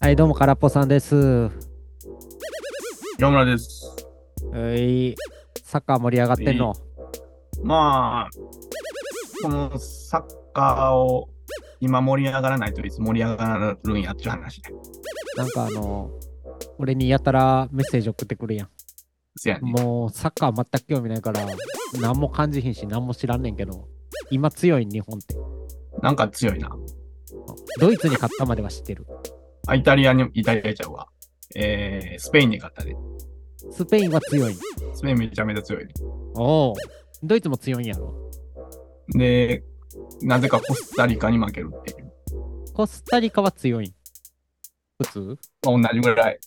はい、どうも、からっぽさんです。山村です。はい。サッカー盛り上がってんの、まあ、このサッカーを今盛り上がらないといつ盛り上がるんやっていう話ね。なんかあの、俺にやたらメッセージ送ってくるやん。せやね。もう、サッカー全く興味ないから、何も感じひんし、何も知らんねんけど、今強い日本って。なんか強いな。ドイツに勝ったまでは知ってる。あ、イタリアに、イタリアちゃうわ。えー、スペインに勝ったで。スペインは強い。スペインめちゃめちゃ強いね。おお。ドイツも強いんやろ。で、なぜかコスタリカに負けるっていう。コスタリカは強い。普通まあ、同じぐらい。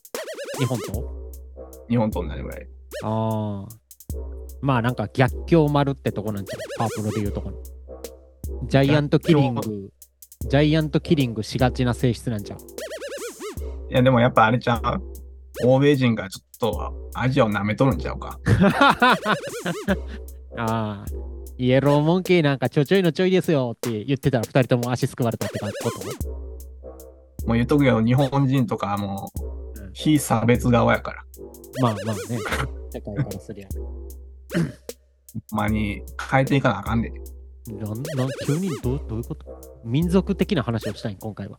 日本と日本と同じぐらい。ああ。まあなんか逆境丸ってとこなんちゃうパープロでいうとこの。ジャイアントキリン逆グ、ジャイアントキリングしがちな性質なんちゃう いや、でもやっぱあれちゃう。欧米人がちょっとアジアを舐めとるんちゃうか。ああー。イエローモンキーなんかちょちょいのちょいですよって言ってたら二人とも足すくわれたってこともう言っとくけど、日本人とかもううん非差別側やから。まあまあね。世界からすりゃ。ほんまに変えていかなあかんで。なんなん急にどうどういうこと民族的な話をしたいん今回は。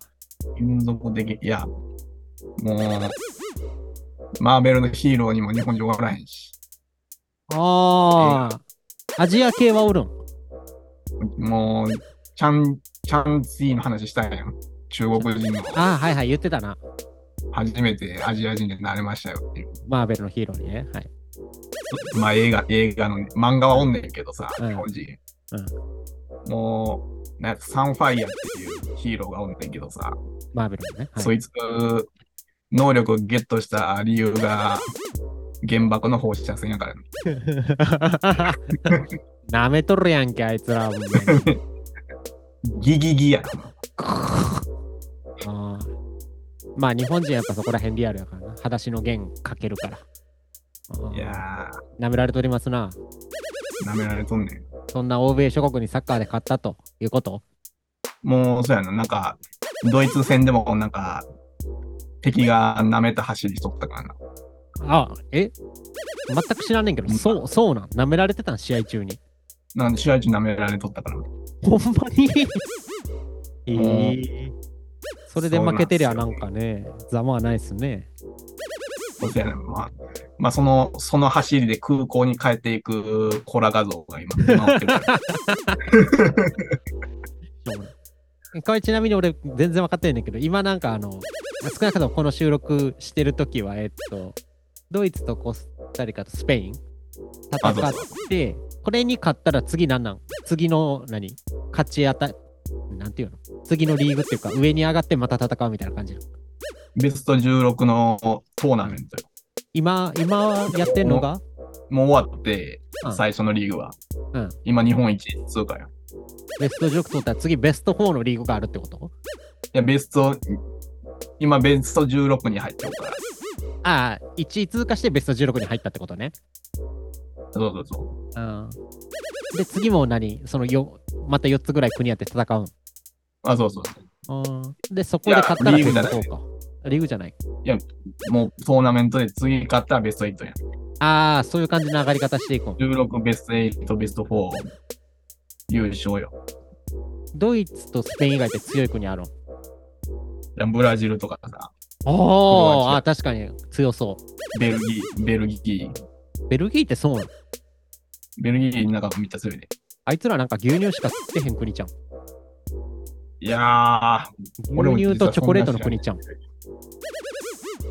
民族的。いや、もう、マーベルのヒーローにも日本人おらへんし、ああ。アジア系はおるん。もう、チャン、チャンツィーの話したいやん。中国人のああ、はいはい、言ってたな。初めてアジア人になれましたよっていう。マーベルのヒーローにね。はい。まあ映画、映画の、漫画はおんねんけどさ、うん日本人。もう、なんかサンファイアっていうヒーローがおんねんけどさ、マーベルのね。はい、 そいつ、能力をゲットした理由が、原爆の放射線やからねなめとるやんけ、あいつら。ほんまにギギギや。あーまあ、日本人やっぱそこら辺リアルやからな。裸足の弦かけるから。いやなめられておりますな。ー、舐められとんねん。そんな欧米諸国にサッカーで勝ったということもう、そうやな、なんか、ドイツ戦でも、なんか、敵が舐めた走りしとったからな。ああ、え全く知らんねんけど、そう、そうなん。なめられてたん、試合中に。なんで、試合中舐められとったから。ほんまにえもえそれで負けてりゃなんかね、ざまはないっすね。そうやな、まあ、まあ、その、その走りで空港に帰っていくコラ画像が今、回って るから。これちなみに俺全然分かってないんだけど今なんかあの少なくともこの収録してる時はえっとドイツとコスタリカとスペイン戦あそうっそうてこれに勝ったら次何なん次の何勝ち当たなんていうの次のリーグっていうか上に上がってまた戦うみたいな感じなのベスト16のトーナメントよ。今今やってんのがもう終わってう、ん最初のリーグは。うん今、日本一通過よ。ベスト16取ったら次ベスト4のリーグがあるってこといや、ベスト、今、ベスト16に入ってるから。ああ1位通過してベスト16に入ったってことねそうそうそう。うんで次も何そのよまた4つぐらい国やって戦うんあ、そうそう。うんで、そこで勝ったらいやリーグじゃないそうか。リーグじゃない。もうトーナメントで次勝ったらベスト8やん。ああ、そういう感じの上がり方していこう。 16ベスト8、ベスト4、優勝よ。ドイツとスペイン以外って強い国あるんブラジルとかさ、おーあー、確かに強そベルギー、ベルギー、う。ベルギーってそうなのベルギーなんかめっちゃ強いね。あいつらなんか牛乳しか食ってへん国じゃん。いや俺も牛実は乳とチョコレートのそんな国知じゃん。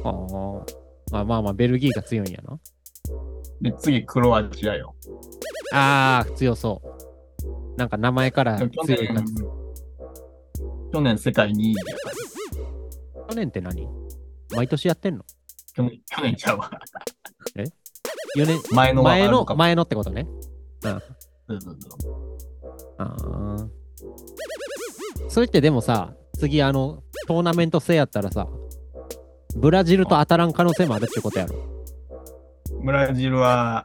あーあ、まあまあ、ベルギーが強いんやな。ー、で、次クロアチアよ。ああ、強そう。なんか名前からでも去強い感年じ。、去年世界2位やから。去年って何毎年やってんの去年、去年ちゃうわ。 ?4 年前の前のワールドカッ、プ前のってことね。そうそうそうああ。それってでもさ、次あの、トーナメント制やったらさ、ブラジルと当たらん可能性もあるってことやろ。ブラジルは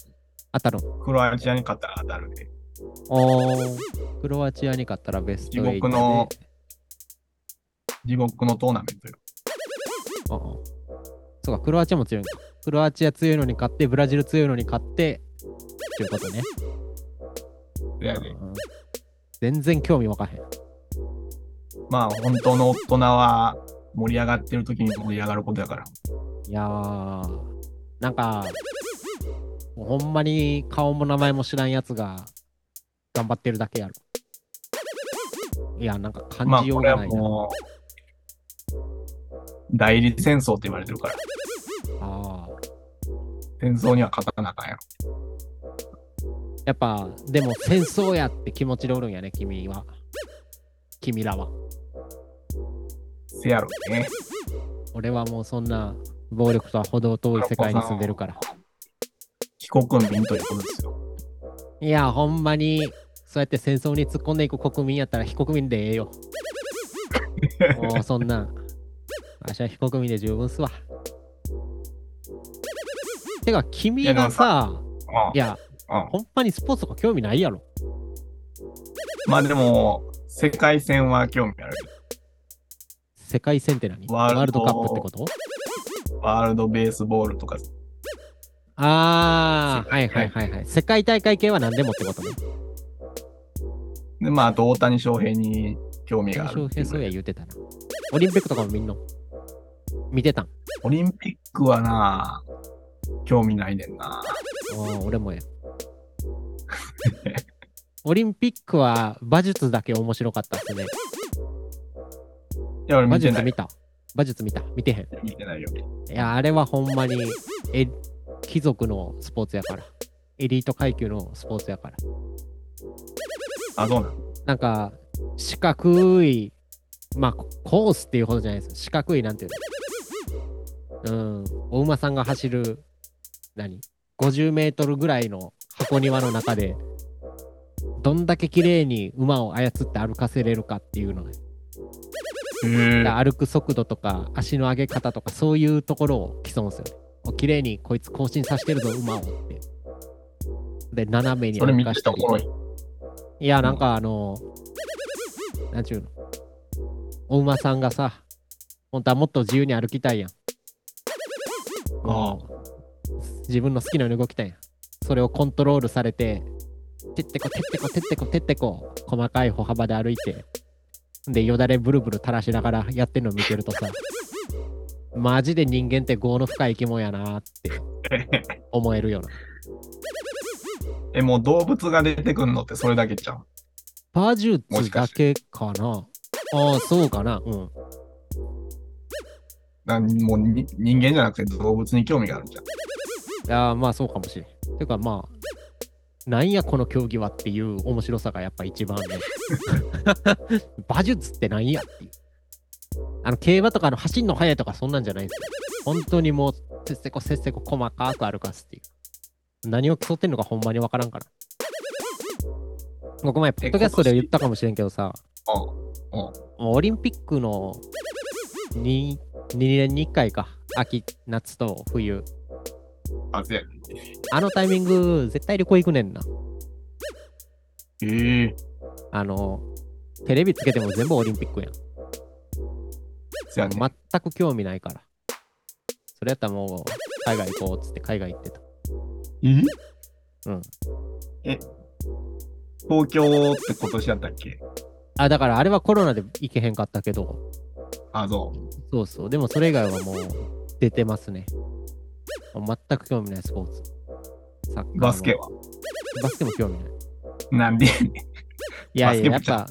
当たるん。クロアチアに勝ったら当たるで。おークロアチアに勝ったらベスト8で。地獄の地獄のトーナメントよ。うんうんそうか、クロアチアも強いのか。クロアチア強いのに勝って、ブラジル強いのに勝って、っていうことね。やでうんうん全然興味わかへん。まあ、本当の大人は盛り上がってる時に盛り上がることやから。いやー、なんか、もうほんまに顔も名前も知らんやつが頑張ってるだけやろ。いや、なんかま感あ、じよこうれがはないな。もう、代理戦争って言われてるから、あー戦争には勝たなあかんやろ。やっぱ、でも戦争やって気持ちでおるんやね、君は。君らは。せやろね。俺はもうそんな暴力とは程遠い世界に住んでるから。非国民ということですよ。いや、ほんまに、そうやって戦争に突っ込んでいく国民やったら非国民でええ よ。もうそんなん。私は非国民で十分っすわ。てか、君がさ、いうんや、うんほんまにスポーツとか興味ないやろ。まあでも、世界戦は興味ある。世界戦って何ワワーールルドドカップってことワールドベースボールとか、ああ、は世いは界いはいはい。世界大会系は何でもってことね。でまあ、あと大谷翔平に興味がある翔平そうや言うてたな。オリンピックとかもみんな見てたん。オリンピックはな、興味ないねんな。ああ、俺もや。オリンピックは馬術だけ面白かったっすね。いや、俺馬見て術ない見。た馬術見た見てへん。見てないよ。いや、あれはほんまに、え、貴族のスポーツやから。エリート階級のスポーツやから。あ、そうなのなんか、四角い、まあ、ココースっていうほどじゃないです。四角い、なんていうの。うん、お馬さんが走る、何 ?50 メートルぐらいの箱庭の中で、どんだけ綺麗に馬を操って歩かせれるかっていうのねへえだから歩く速度とか足の上げ方とかそういうところを競うんですよね。お綺麗にこいつ更新させてるぞ馬をって。で斜めにそれ歩見かてしたたらりおもろい。いやなんかあのなんちゅうのお馬さんがさ本当はもっと自由に歩きたいやん。あ自分の好きなように動きたいやん。それをコントロールされててってこてってこてってこてってこ細かい歩幅で歩いてでよだれブルブル垂らしながらやってるの見てるとさマジで人間って業の深い生き物やなーって思えるようなえ、もう動物が出てくんのってそれだけじゃん。馬術もしかだしけかなああそうかなうんなもうに人間じゃなくて動物に興味があるじゃん。ああまあそうかもしれんていうかまあなんやこの競技はっていう面白さがやっぱ一番ね 馬術ってなんやっていうあの競馬とかの走んの速いとかそんなんじゃないんですよ本当にもうせっせこせっせこ細かく歩かすっていう何を競ってんのかほんまにわからんから僕前ポッドキャストで言ったかもしれんけどさうんうもうんオリンピックの 2, 2年に1回か秋夏と冬あ、せやあのタイミング絶対旅行行くねんなえー、あの、テレビつけても全部オリンピックやん。せやね。全く興味ないから。それやったらもう、海外行こうっつって海外行ってた。えうん。え、東京って今年やったっけあ、だからあれはコロナで行けへんかったけど、あ、そう。そうそう。でもそれ以外はもう、出てますね。全く興味ないスポーツ。サッカーもバスケは。バスケも興味ない。なんでいやいや、やバっスケもぱ、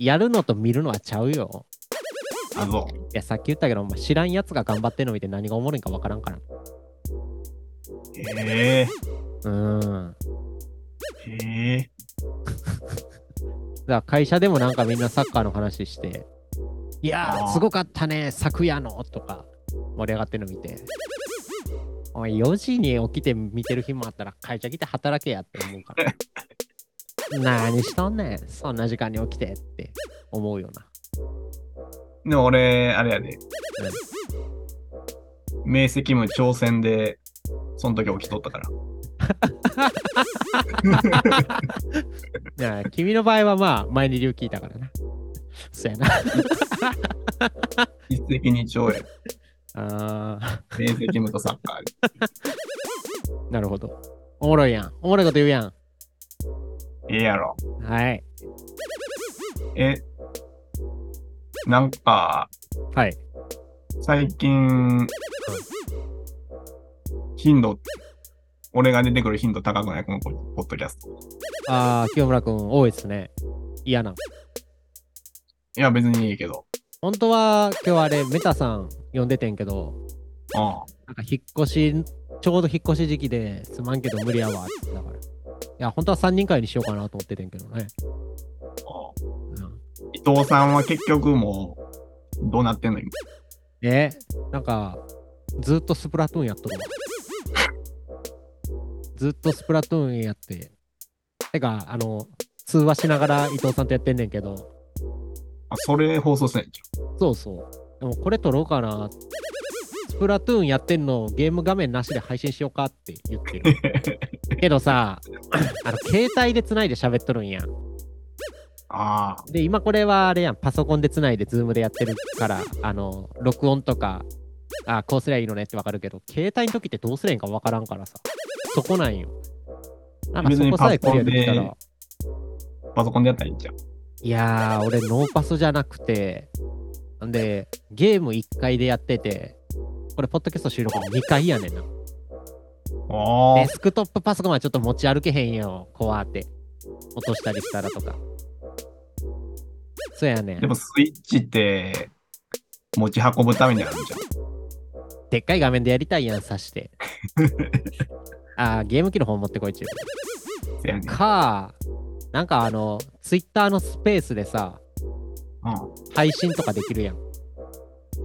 やるのと見るのはちゃうよ。あ、そう。いや、さっき言ったけど、お前知らんやつが頑張ってんの見て何がおもろいんかわからんから。えうーん。ー、えー、だから会社でもなんかみんなサッカーの話して、いやあーー、すごかったね、昨夜のとか盛り上がってるの見て、おい、4時に起きて見てる日もあったら会社来て働けやって思うから。何しとんねん、そんな時間に起きてって思うよな。でも俺、あれやで。明晰夢挑戦で、その時起きとったから。だから君の場合はまあ、前に理由聞いたからな。そうやな。一石二鳥や。ああ、明晰夢とサッカーで。なるほど。おもろいやん。おもろいこと言うやん。ええやろ。はい。え、なんか、はい。最近、頻度、俺が出てくる頻度高くないこのポポッドキャスト。ああ、清村くん、多いっすね。嫌な。いや、別にいいけど。本当は、今日あれ、メタさん呼んでてんけど、ああなんか引っ越し、ちょうど引っ越し時期ですまんけど無理やわってだから。いや、本当は3人会にしようかなと思っててんけどね。ああうん、伊藤さんは結局もう、どうなってんの今。え、なんか、ずっとスプラトゥーンやっとるわ。ずっとスプラトゥーンやって。てか、あの、通話しながら伊藤さんとやってんねんけど、あ、それ放送せないんちゃそうそう。でもこれ撮ろうかな。スプラトゥーンやってんのゲーム画面なしで配信しようかって言ってる。うけどさ、あの携帯で繋いで喋っとるんや。ああ、で、今これはあれやん、パソコンでつないで、ズームでやってるから、あの、録音とか、あこうすりゃいいのねってわかるけど、携帯の時ってどうすりゃいいんかわからんからさ、そこなんよ。なんかそこさえクリアできた別にパソら、パソコンでやったらいいんちゃう。いやー、俺ノーパスじゃなくて、んで、ゲーム1回でやってて、これ、ポッドキャスト収録2回やねんな。あデスクトップパソコンはちょっと持ち歩けへんよ、怖って。落としたりしたらとか。そうやねあ、んで。もスイッチって、持ち運ぶためにあるんじゃん。でっかい画面でやりたいやん、さして。あーゲーム機の方持ってこいっちゅせやね。うんか、なんかあの、ツイッターのスペースでさ、あ配信とかできるやん。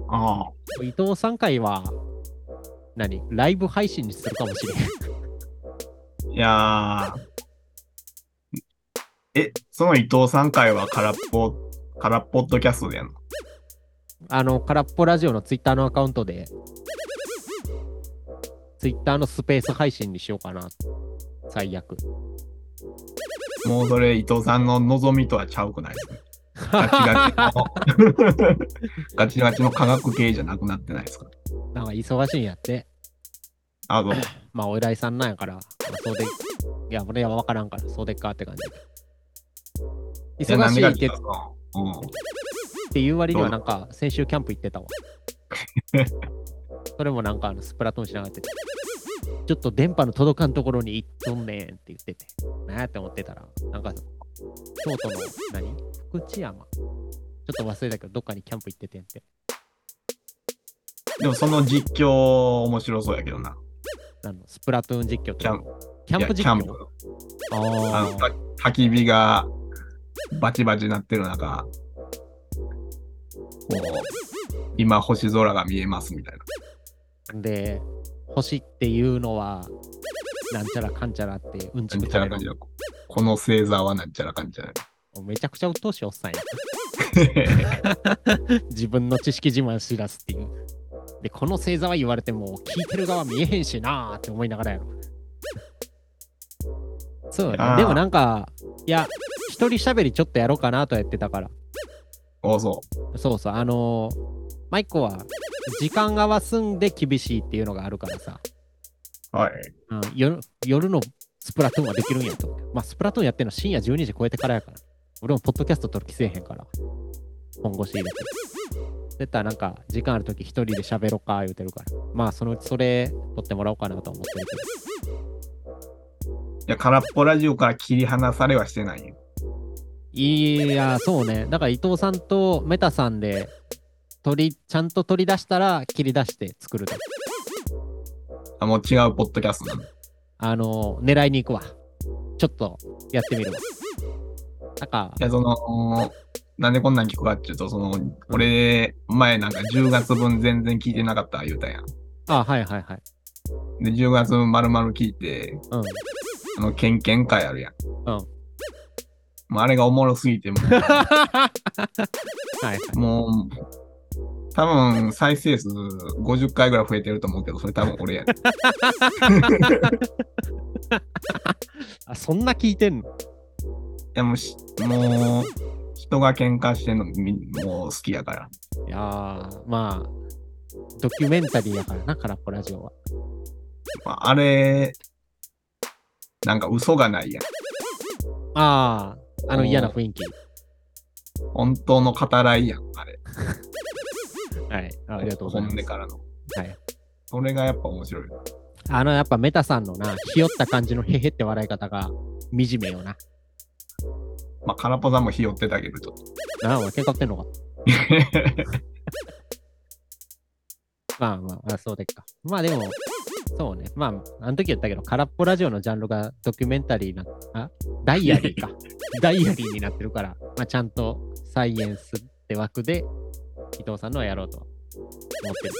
あ、ああ、伊藤さん会は、何ライブ配信にするかもしれん。いやー。え、その伊藤さん回は空っぽ、空っぽっドキャストでやんのあの、空っぽラジオのツイッターのアカウントで、ツイッターのスペース配信にしようかな。最悪。もうそれ伊藤さんの望みとはちゃうくない ですね。ガチガチの、 ガチガチの科学系じゃなくなってないですか。 なんか忙しいんやって。あ、そう。まあ、お依頼さんなんやから、まあそうで、いや、俺は分からんから、そうでっかって感じ。じゃあ忙何しがい来けたっのうん。ていう割には、どなんか、先週キャンプ行って たわ。それもなんか、あのスプラトゥーンしながらやっててちょっと電波の届かんところに行っとんねんって言ってて、なやって思ってたら、なんか、京都の何、福知山ちょっと忘れたけど、どっかにキャンプ行っててんって。でもその実況面白そうやけどな。あのスプラトゥーン実況とキャンか。キャンプ実いやキャン況プ。ああのーた焚き火がバチバチなってる中、こう、今星空が見えますみたいな。で、星っていうのは、なんちゃらかんちゃらって、うんちなくんちゃたられかんちゃのら。この星座はなんちゃらかんちゃら。 めちゃくちゃ鬱陶しいおっさんや。自分の知識自慢知らすっていう。で、この星座は言われても、聞いてる側見えへんしなーって思いながらやろ。そうねあーでもなんか、いや、一人喋りちょっとやろうかなとは言ってたから。おうそそうそう、あのー、マイコは、時間が合わすんで厳しいっていうのがあるからさ。う。はい。うん、夜夜のスプラトゥーンはできるんやと思って。まあ、スプラトゥーンやってるのは深夜12時超えてからやから。俺もポッドキャスト撮る気せえへんから。本腰入れて。そうやったらなんか、時間あるとき一人で喋ろうか言うてるから。まあ、そのうちそれ撮ってもらおうかなと思ってるけいや、空っぽラジオから切り離されはしてないよ。ど。いや、そうね。だから伊藤さんとメタさんで、取り、ちゃんと取り出したら切り出して作ると。あもう違うポッドキャストなの。あの狙いに行くわ。ちょっとやってみるわ。なんかい、や、その、なんでこんなん聞くかっていうと、その、俺、前なんか10月分全然聞いてなかった言うたやん。あ、はいはいはい。で、10月分丸々聞いて、うん。あの、ケンケン会あるやん。うんもうあれがおもろすぎて、もうはいはい。もう、多分再生数50回ぐらい増えてると思うけど、それ多分俺やね。あ、そんな聞いてんのでもし、もう、人が喧嘩してんのみもう好きやから。いやー、まあ、ドキュメンタリーやからな、空っぽラジオは。まあ、あれ、なんか嘘がないやん。ああ、あの嫌な雰囲気。本当の語らいやん、あれ。はい、あありがとうございます。本音からの。はい、それがやっぱ面白いな。あのやっぱメタさんのな、ひよった感じのへへって笑い方が惨めよな。まあ、空っぽさんもひよってたけど、ちょっ と。なあ、俺喧嘩売ってんのか。まあまあ、あそうでっか。まあでも、そうね。まあ、あの時言ったけど、空っぽラジオのジャンルがドキュメンタリーな、あダイアリ ーか。ダイアリーになってるから、まあちゃんとサイエンスって枠で、伊藤さんのはやろうと思ってる。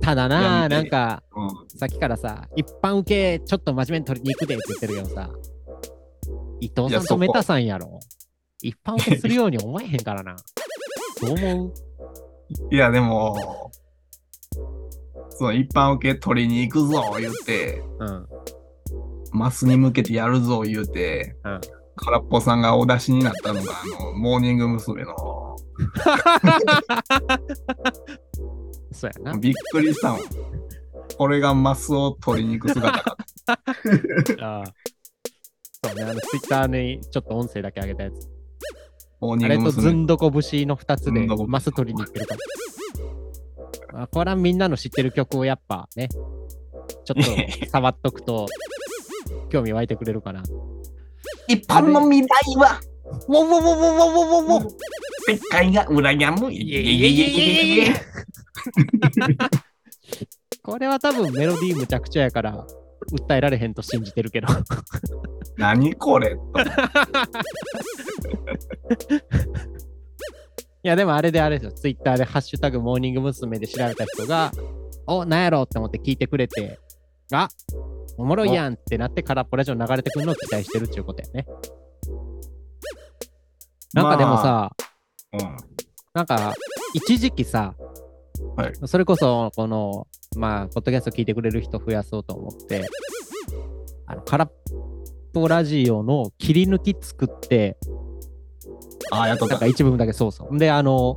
ただいなやあ、見てなんか、うんさっきからさ、一般受け、ちょっと真面目に取りに行くでって言ってるけどさ、伊藤いさやんそとこメタさんやろ。一般受けするように思えへんから な。どう思ういや、でも、その一般受け取りに行くぞ、言うて、うん。マスに向けてやるぞ、言うて、うん空っぽさんがお出しになったのが、あの、モーニング娘。の、そうやな。びっくりしたもん。これがマスを取りに行く姿 か。ああ。そうね、あの、ツイッターにちょっと音声だけ上げたやつ。モーあニれングとず娘。んどこ節の2つずでんどこ節マス取りに行ってるから。あ、これはみんなの知ってる曲をやっぱね、ちょっと触っとく と、興味湧いてくれるかな。一般の未来は、ウォウォウォウォウォウォウォウォ世界が羨む。いいええいいええいいええいいええいいええ。これは多分メロディーむちゃくちゃやから、訴えられへんと信じてるけど。何これいや、でもあれであれですよ。ツイッターでハッシュタグモーニング娘。で調べた人が、お、なんやろうって思って聞いてくれて、あ、おもろいやんってなって空っぽラジオ流れてくるのを期待してるっていうことやね。なんかでもさ、まあなんか、一時期さ、はいそれこそ、この、まあ、ポッドキャスト聞いてくれる人増やそうと思って、あの、空っぽラジオの切り抜き作って、うん、ああ、やっとっなんたか。一部分だけそうそう。で、あの、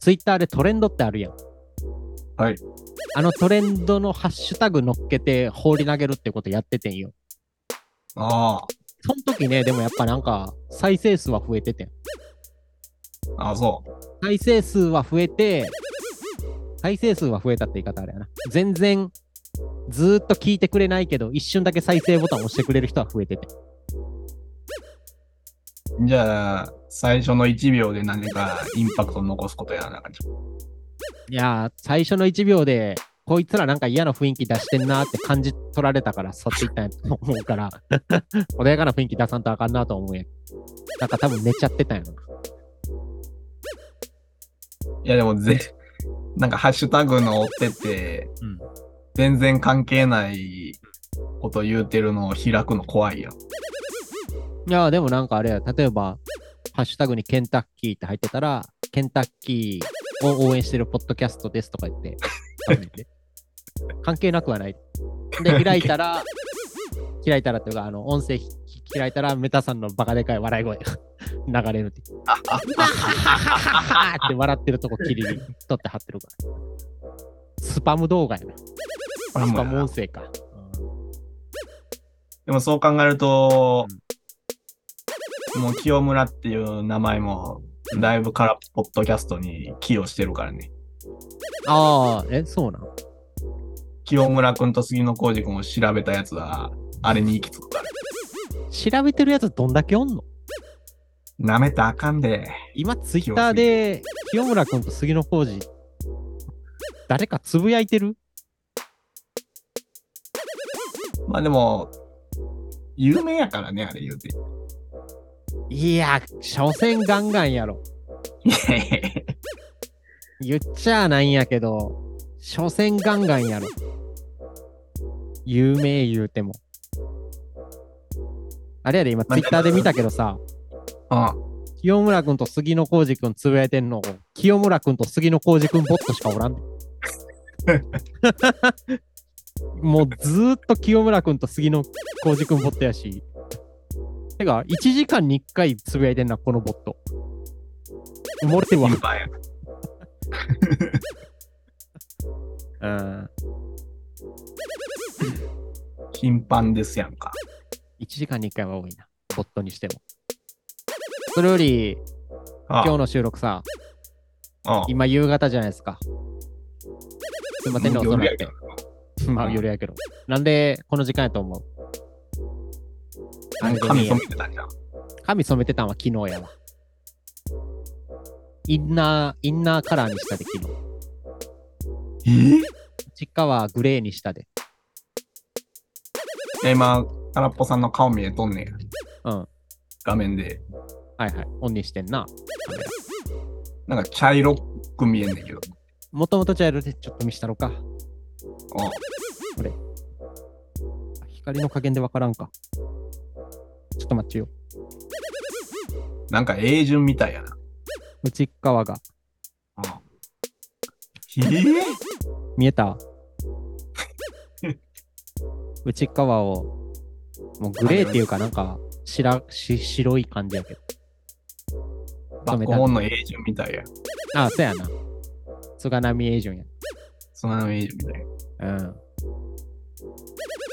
ツイッターでトレンドってあるやん。はい。あのトレンドのハッシュタグ乗っけて放り投げるってことやっててんよ。あその時ね、でもやっぱなんか再生数は増えててん。あ、ああ、そう。再生数は増えて、再生数は増えたって言い方あれやな。全然、ずーっと聞いてくれないけど、一瞬だけ再生ボタン押してくれる人は増えてて。じゃあ、最初の1秒で何かインパクトを残すことやな、なんかちょっいやー、最初の1秒で、こいつらなんか嫌な雰囲気出してんなーって感じ取られたから、そっち行ったんやと思うから、穏やかな雰囲気出さんとあかんなと思うやん。なんか多分寝ちゃってたんやろな。といや、でもぜ、なんかハッシュタグの追ってて、うん。全然関係ないこと言うてるのを開くの怖いやん。いやー、でもなんかあれや、例えば、ハッシュタグにケンタッキーって入ってたら、ケンタッキーを応援してるポッドキャストですとか言って、多分ね関係なくはない。で、開いたら、開いたらっていうか、あの、音声ひ開いたら、メタさんのバカでかい笑い声が流れるっていう。って笑ってるとこ切り取って貼ってるから。スパム動画やな。パムスやなパム音声か。でもそう考えると、もう清村っていう名前も、だいぶからポッドキャストに寄与してるからね。ああ、え、そうなん清村くんと杉野浩二くんを調べたやつは、あれに行き着くから。調べてるやつどんだけおんの舐めたらあかんで。今、ツイッターで、清村君と杉野浩二、誰かつぶやいてるまあでも、有名やからね、あれ言うて。いや、所詮ガンガンやろ。 言っちゃあないんやけど、所詮ガンガンやろ。有名言うても。あれやで、今、ツイッターで見たけどさ、あ清村君と杉野浩二君つぶやいてんの、清村君と杉野浩二君ボットしかおらん で。もうずーっと清村君と杉野浩二君ボットやし。てか、1時間に1回つぶやいてんな、このボット。埋もれてるわ頻。繁や。うん。頻繁ですやんか。 1時間に1回は多いな。ボットにしても。それより、あ今日の収録さ、ああ今夕方じゃないですか。すいませんね、もう遅夜なやってけ。まあ、夜やけど。なんで、この時間やと思うど完全髪に染めてたんじゃん。髪染めてたんは昨日やわ。インナー、インナーカラーにしたで、昨日。え実家はグレーにしたで。え今、空っぽさんの顔見えとんねん。うん。画面で。はいはい。オンにしてんな。なんか茶色く見えんねんけど。もともと茶色でちょっと見したのか。ああ光の加減でわからんか。ちょっと待ってよ。なんか英順みたいやな。内側が。ああええ見えた内側を、もうグレーっていうかなんか、白、し白い感じやけど。バックホーンの英順みたいや。ああ、そうやな。菅波エージョンや。その英順みたいうん。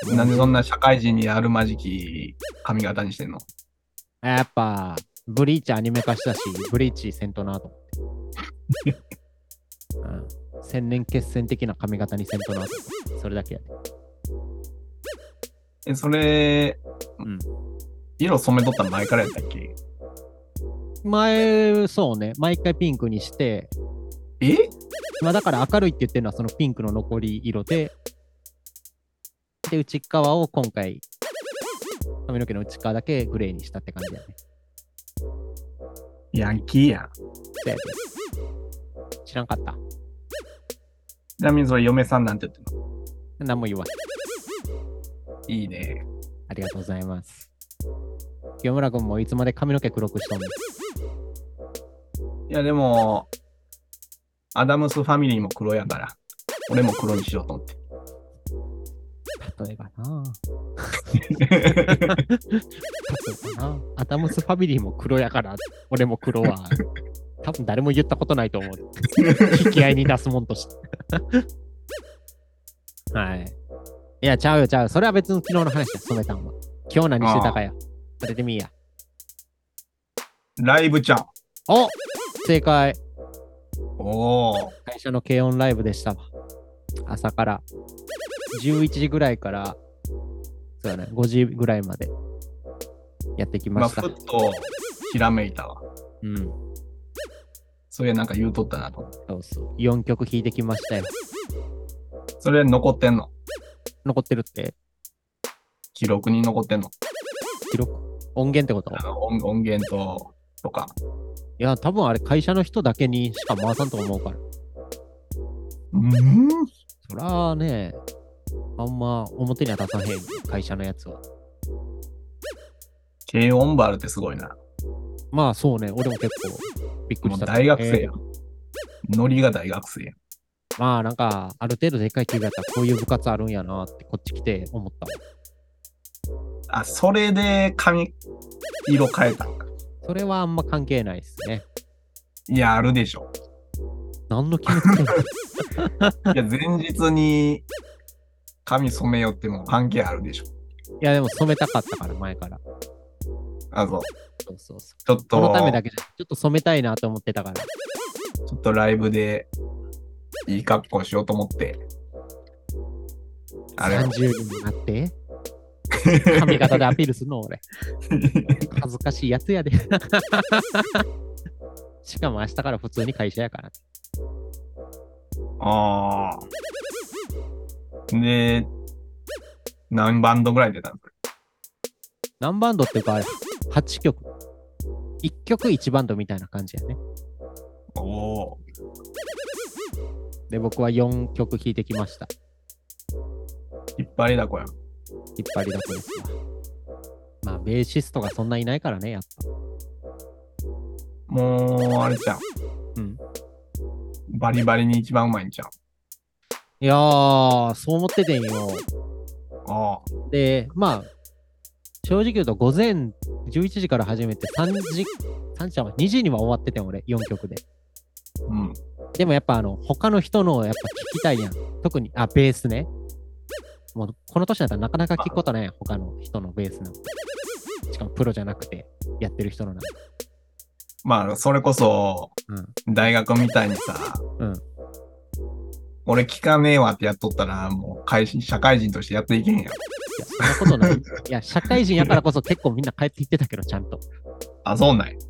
や。なんでそんな社会人にあるまじき髪型にしてんのやっぱ、ブリーチアニメ化したし、ブリーチせんとな と思って。うん、千年決戦的な髪型にせんとなと思って。それだけやね。え、それ、うん色染めとったの前からやったっけ前、そうね。毎回ピンクにして、えまあだから明るいって言ってるのはそのピンクの残り色で、で、内側を今回、髪の毛の内側だけグレーにしたって感じやね。ヤンキーやん。そうやで知らんかった。ちなみにそれ嫁さんなんて言ってんの何も言わん。いいね。ありがとうございます。清村君もいつまで髪の毛黒くしとんのいやでも、アダムスファミリーも黒やから、俺も黒にしようと思って。例えばなあ例えばなあアダムスファミリーも黒やから、俺も黒は、多分誰も言ったことないと思う。引き合いに出すもんとして。 はい。いや、ちゃうよ、ちゃうよ。それは別の昨日の話だ、染めたんは。今日何してたかや。それでみいや。 ライブちゃん。お正解。おお。会社の軽音ライブでしたわ。朝から。11時ぐらいから、そうだね、5時ぐらいまでやってきままあ、した。ふっとひらめいたわ。うん。それなんか言うとったなと思って。そうそう。4曲弾いてきましたよ。それ残ってんの残ってるって、記録に残ってんの記録、音源ってことあの音音源と、とか。いや、多分あれ、会社の人だけにしか回さんと思うから。うんそらあね、あんま表には出さへんよ、会社のやつは。軽音バルってすごいな。まあそうね、俺も結構びっくりもしうた。大学生えやん。ノリが大学生やん。ーまあなんか、ある程度でっかい企業やったらこういう部活あるんやなって、こっち来て思ったわ。あ、それで髪色変えたんか。それはあんま関係ないですね。いや、あるでしょ。何の気持ちもない いや、前日に髪染めよっても関係あるでしょ。いや、でも染めたかったから、前から。あ、そう。そうそうそう。ちょっそのと、ためだけじゃ、ちょっと染めたいなと思ってたから。ちょっとライブでいい格好しようと思って。あれを30にもなって、髪型でアピールするの、 俺。恥ずかしいやつやで。 しかも明日から普通に会社やから。 ああ。で、何バンドぐらい出たの何バンドっていうか、あれ、8曲。1曲1バンドみたいな感じやね。おおで、僕は4曲弾いてきました。ー。引っ張りだこやん。引っ張りだこですわ。まあ、ベーシストがそんないないからね、やっぱ。もう、あれじゃん。うん。バリバリに一番うまいんじゃん。いやー、そう思っててんよ。ああ。で、まあ、正直言うと午前11時から始めて3時、3時じゃない2時には終わっててん俺、4曲で。うん。でもやっぱあの、他の人のやっぱ聞きたいやん。特に、あ、ベースね。もうこの年だったらなかなか聞くことないやん、他の人のベースなんて。しかもプロじゃなくて、やってる人のなんて。まあ、それこそ、大学みたいにさ、うん俺聞かねえわってやっとったら、もう会社社会人としてやっていけへんいやん。や、そんなことない。いや、社会人やからこそ結構みんな帰っていってたけど、ちゃんと。あ、そうなんや。終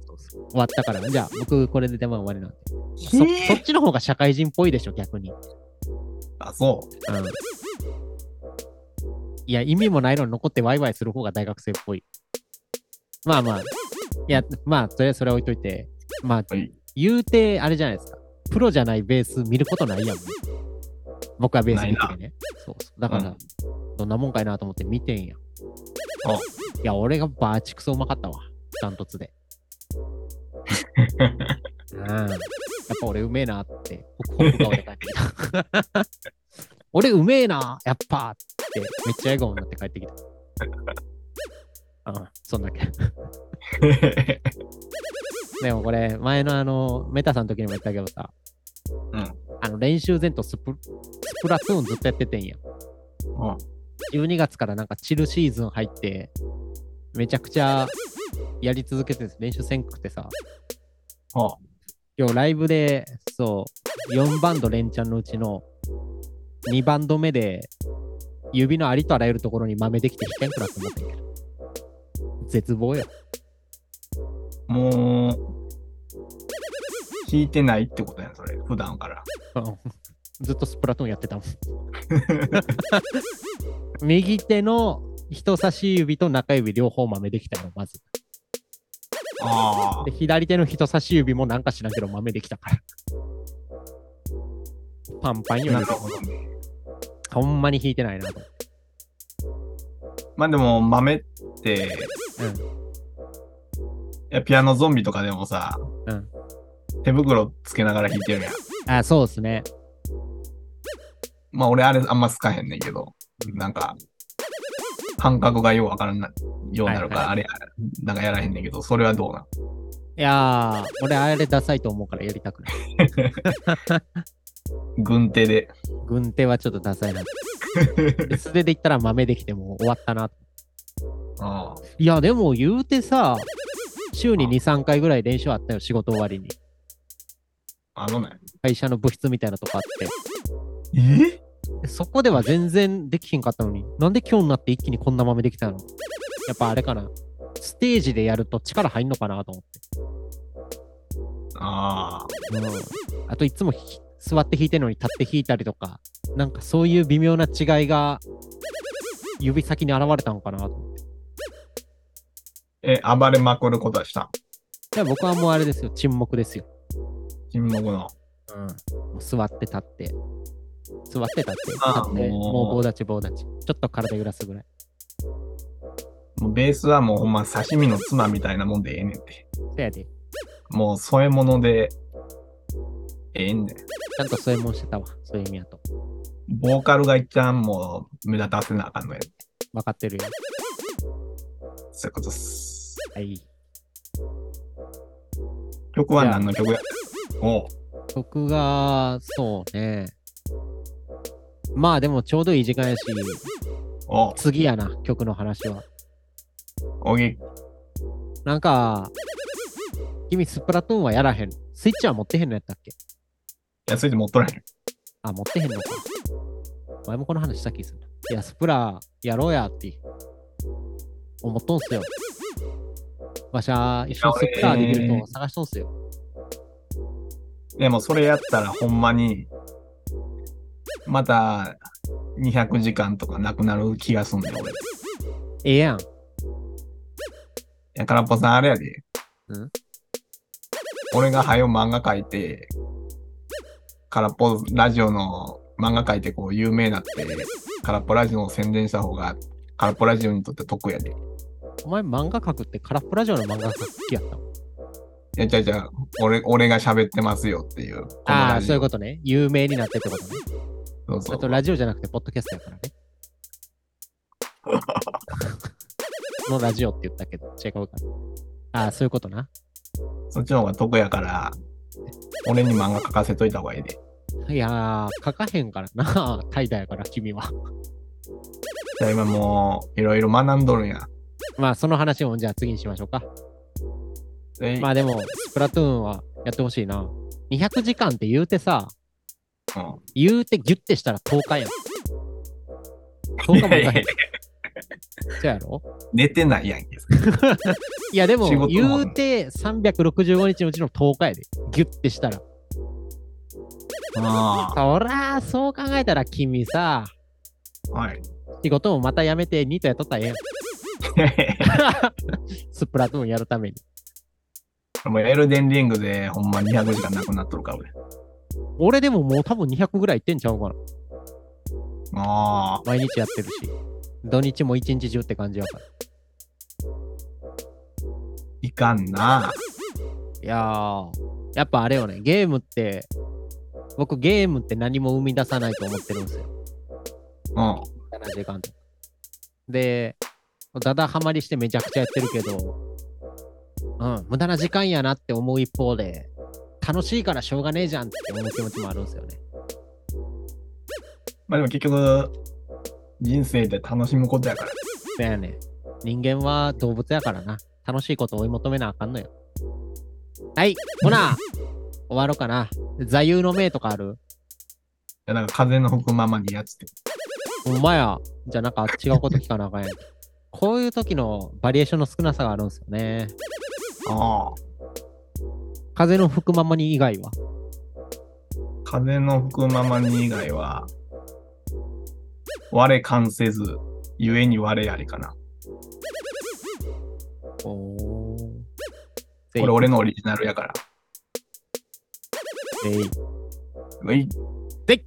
わったから。じゃあ、僕、これで出番終わりなんで。そへそえっちの方が社会人っぽいでしょ、逆に。あ、そう。うん。いや、意味もないのに残ってワイワイする方が大学生っぽい。まあまあ。いや、まあ、とりあえずそれは置いといて。まあ、はい言うて、あれじゃないですか。プロじゃないベース見ることないやん。僕はベース見ててね。そうそう。だから、どんなもんかいなと思って見てんや。あいや、俺がバーチクソうまかったわ。ダントツで。 うん。やっぱ俺うめえなって、ホクホク顔で帰ってきた。俺うめえな、やっぱって、めっちゃ笑顔になって帰ってきた。うん、そんだけ。 でもこれ、前のあの、メタさんの時にも言ったけどさ、うんあの練習前とスプスプラトゥーンずっとやっててんや。うん12月からなんかチルシーズン入って、めちゃくちゃやり続けてて練習せんくてさ、あ今日ライブで、そう、4バンド連チャンのうちの2バンド目で、指のありとあらゆるところに豆できて弾けんくなって思ってんけど。絶望よ。もう、聞いてないってことやん、それ。普段から。うんずっとスプラトゥーンやってたもん。 右手の人差し指と中指両方豆できたの、まず。ああで、。左手の人差し指もなんか知らんけど豆できたから。パンパンよなる。ほどね。ほんまに弾いてないなと。まあでも、豆って、うんいやピアノゾンビとかでもさ、うん手袋つけながら弾いてるやん。あ、そうですね。まあ俺あれあんま好かへんねんけど、なんか、感覚がようわからんなようになるから、はあれ、なんかやらへんねんけど、それはどうなんいやー、俺あれダサいと思うからやりたくない。軍手で。軍手はちょっとダサいな。で素手で言ったら豆できてもう終わったな。あいや、でも言うてさ、週に2、3回ぐらい練習あったよ、仕事終わりに。あのね。会社の部室みたいなとこあって。えでそこでは全然できひんかったのに、なんで今日になって一気にこんな豆できたのやっぱあれかな。ステージでやると力入んのかなと思ああ。って。うん。あといつもひ座って弾いてるのに立って弾いたりとか、なんかそういう微妙な違いが指先に現れたのかなと思って。え、暴れまくることはしたんいや僕はもうあれですよ、沈黙ですよ。沈黙の。もう座って立って、座って立って、立ああって、もうもう棒立ち棒立ち。ちょっと体揺らすぐらい。もうベースはもうほんま刺身のツマみたいなもんでええねんって。そやで、ちもう添え物でええねんで。ゃんとそういうもんしてたわ、そういう意味やと。ボーカルが一旦もう目立たせなあかんのや。分かってるよ。そういうことっす。はい。曲は何の曲やおう僕が、そうね。まあでもちょうどいい時間やし、おう次やな、曲の話は。おぎ、なんか、君スプラトゥーンはやらへん。スイッチは持ってへんのやったっけ安いで持っとらへん。あ、持ってへんのか。前もこの話した気するな。いや、スプラやろうやって思っとんすよ。わしゃ、一緒にスプラできると探しとんすよ。でもそれやったらほんまに、また200時間とかなくなる気がすんねん、俺。いええやん。や、空っぽさんあれやで。ん俺がはよ漫画書いて、空っぽラジオの漫画書いてこう有名になって、空っぽラジオを宣伝した方が、空っぽラジオにとって得やで。いお前漫画描くって空っぽラジオの漫画描く気やったのや、じゃじゃ俺、俺が喋ってますよっていう。このああラー、ジそういオうことね。有名になってってことね。そうそあうとラジオじゃなくて、ポッドキャストやからね。 のラジオって言ったけど、違うかな。ああ、そういうことな。そっちの方が得やから、俺に漫画書かせといた方がいいで。いやー、書かへんからな、 怠惰やから、君は。じゃあ今もう、いろいろ学んどるんや。まあ、その話をじゃあ次にしましょうか。でまあでも、スプラトゥーンはやってほしいな。200時間って言うてさ、うん言うてギュッてしたら10日やん。10い日もやいいかやへいん。そうやろ寝てないやんけ。いやでも仕事もあるの言うて365日のうちの10日やでギュッてしたらあそらそう考えたら君さあ。はい。 仕事もまた辞めてニートやっとったらええやんスプラトゥーンやるためにもうエルデンリングでほんま200時間なくなっとるから俺。俺でももう多分200ぐらいいってんちゃうかなああ。毎日やってるし土日も一日中って感じやからいかんな。いやーやっぱあれよねゲームって僕ゲームって何も生み出さないと思ってるんですようん。 7時間とか。で、だだハマりしてめちゃくちゃやってるけど、うん、無駄な時間やなって思う一方で、楽しいからしょうがねえじゃんって思う気持ちもあるんですよね。まあでも結局、人生で楽しむことやから。だよね。人間は動物やからな。楽しいことを追い求めなあかんのよ。はい、ほな、終わろうかな。座右の銘とかあるいや、なんか風の吹くままにやつって。ほんまや。じゃあなんか違うこと聞かなあかんやん。こういう時のバリエーションの少なさがあるんですよね。ああ。風の吹くままに以外は。風の吹くままに以外は、我関せず、ゆえに我ありかな。おー。これ俺のオリジナルやか全員ら。いで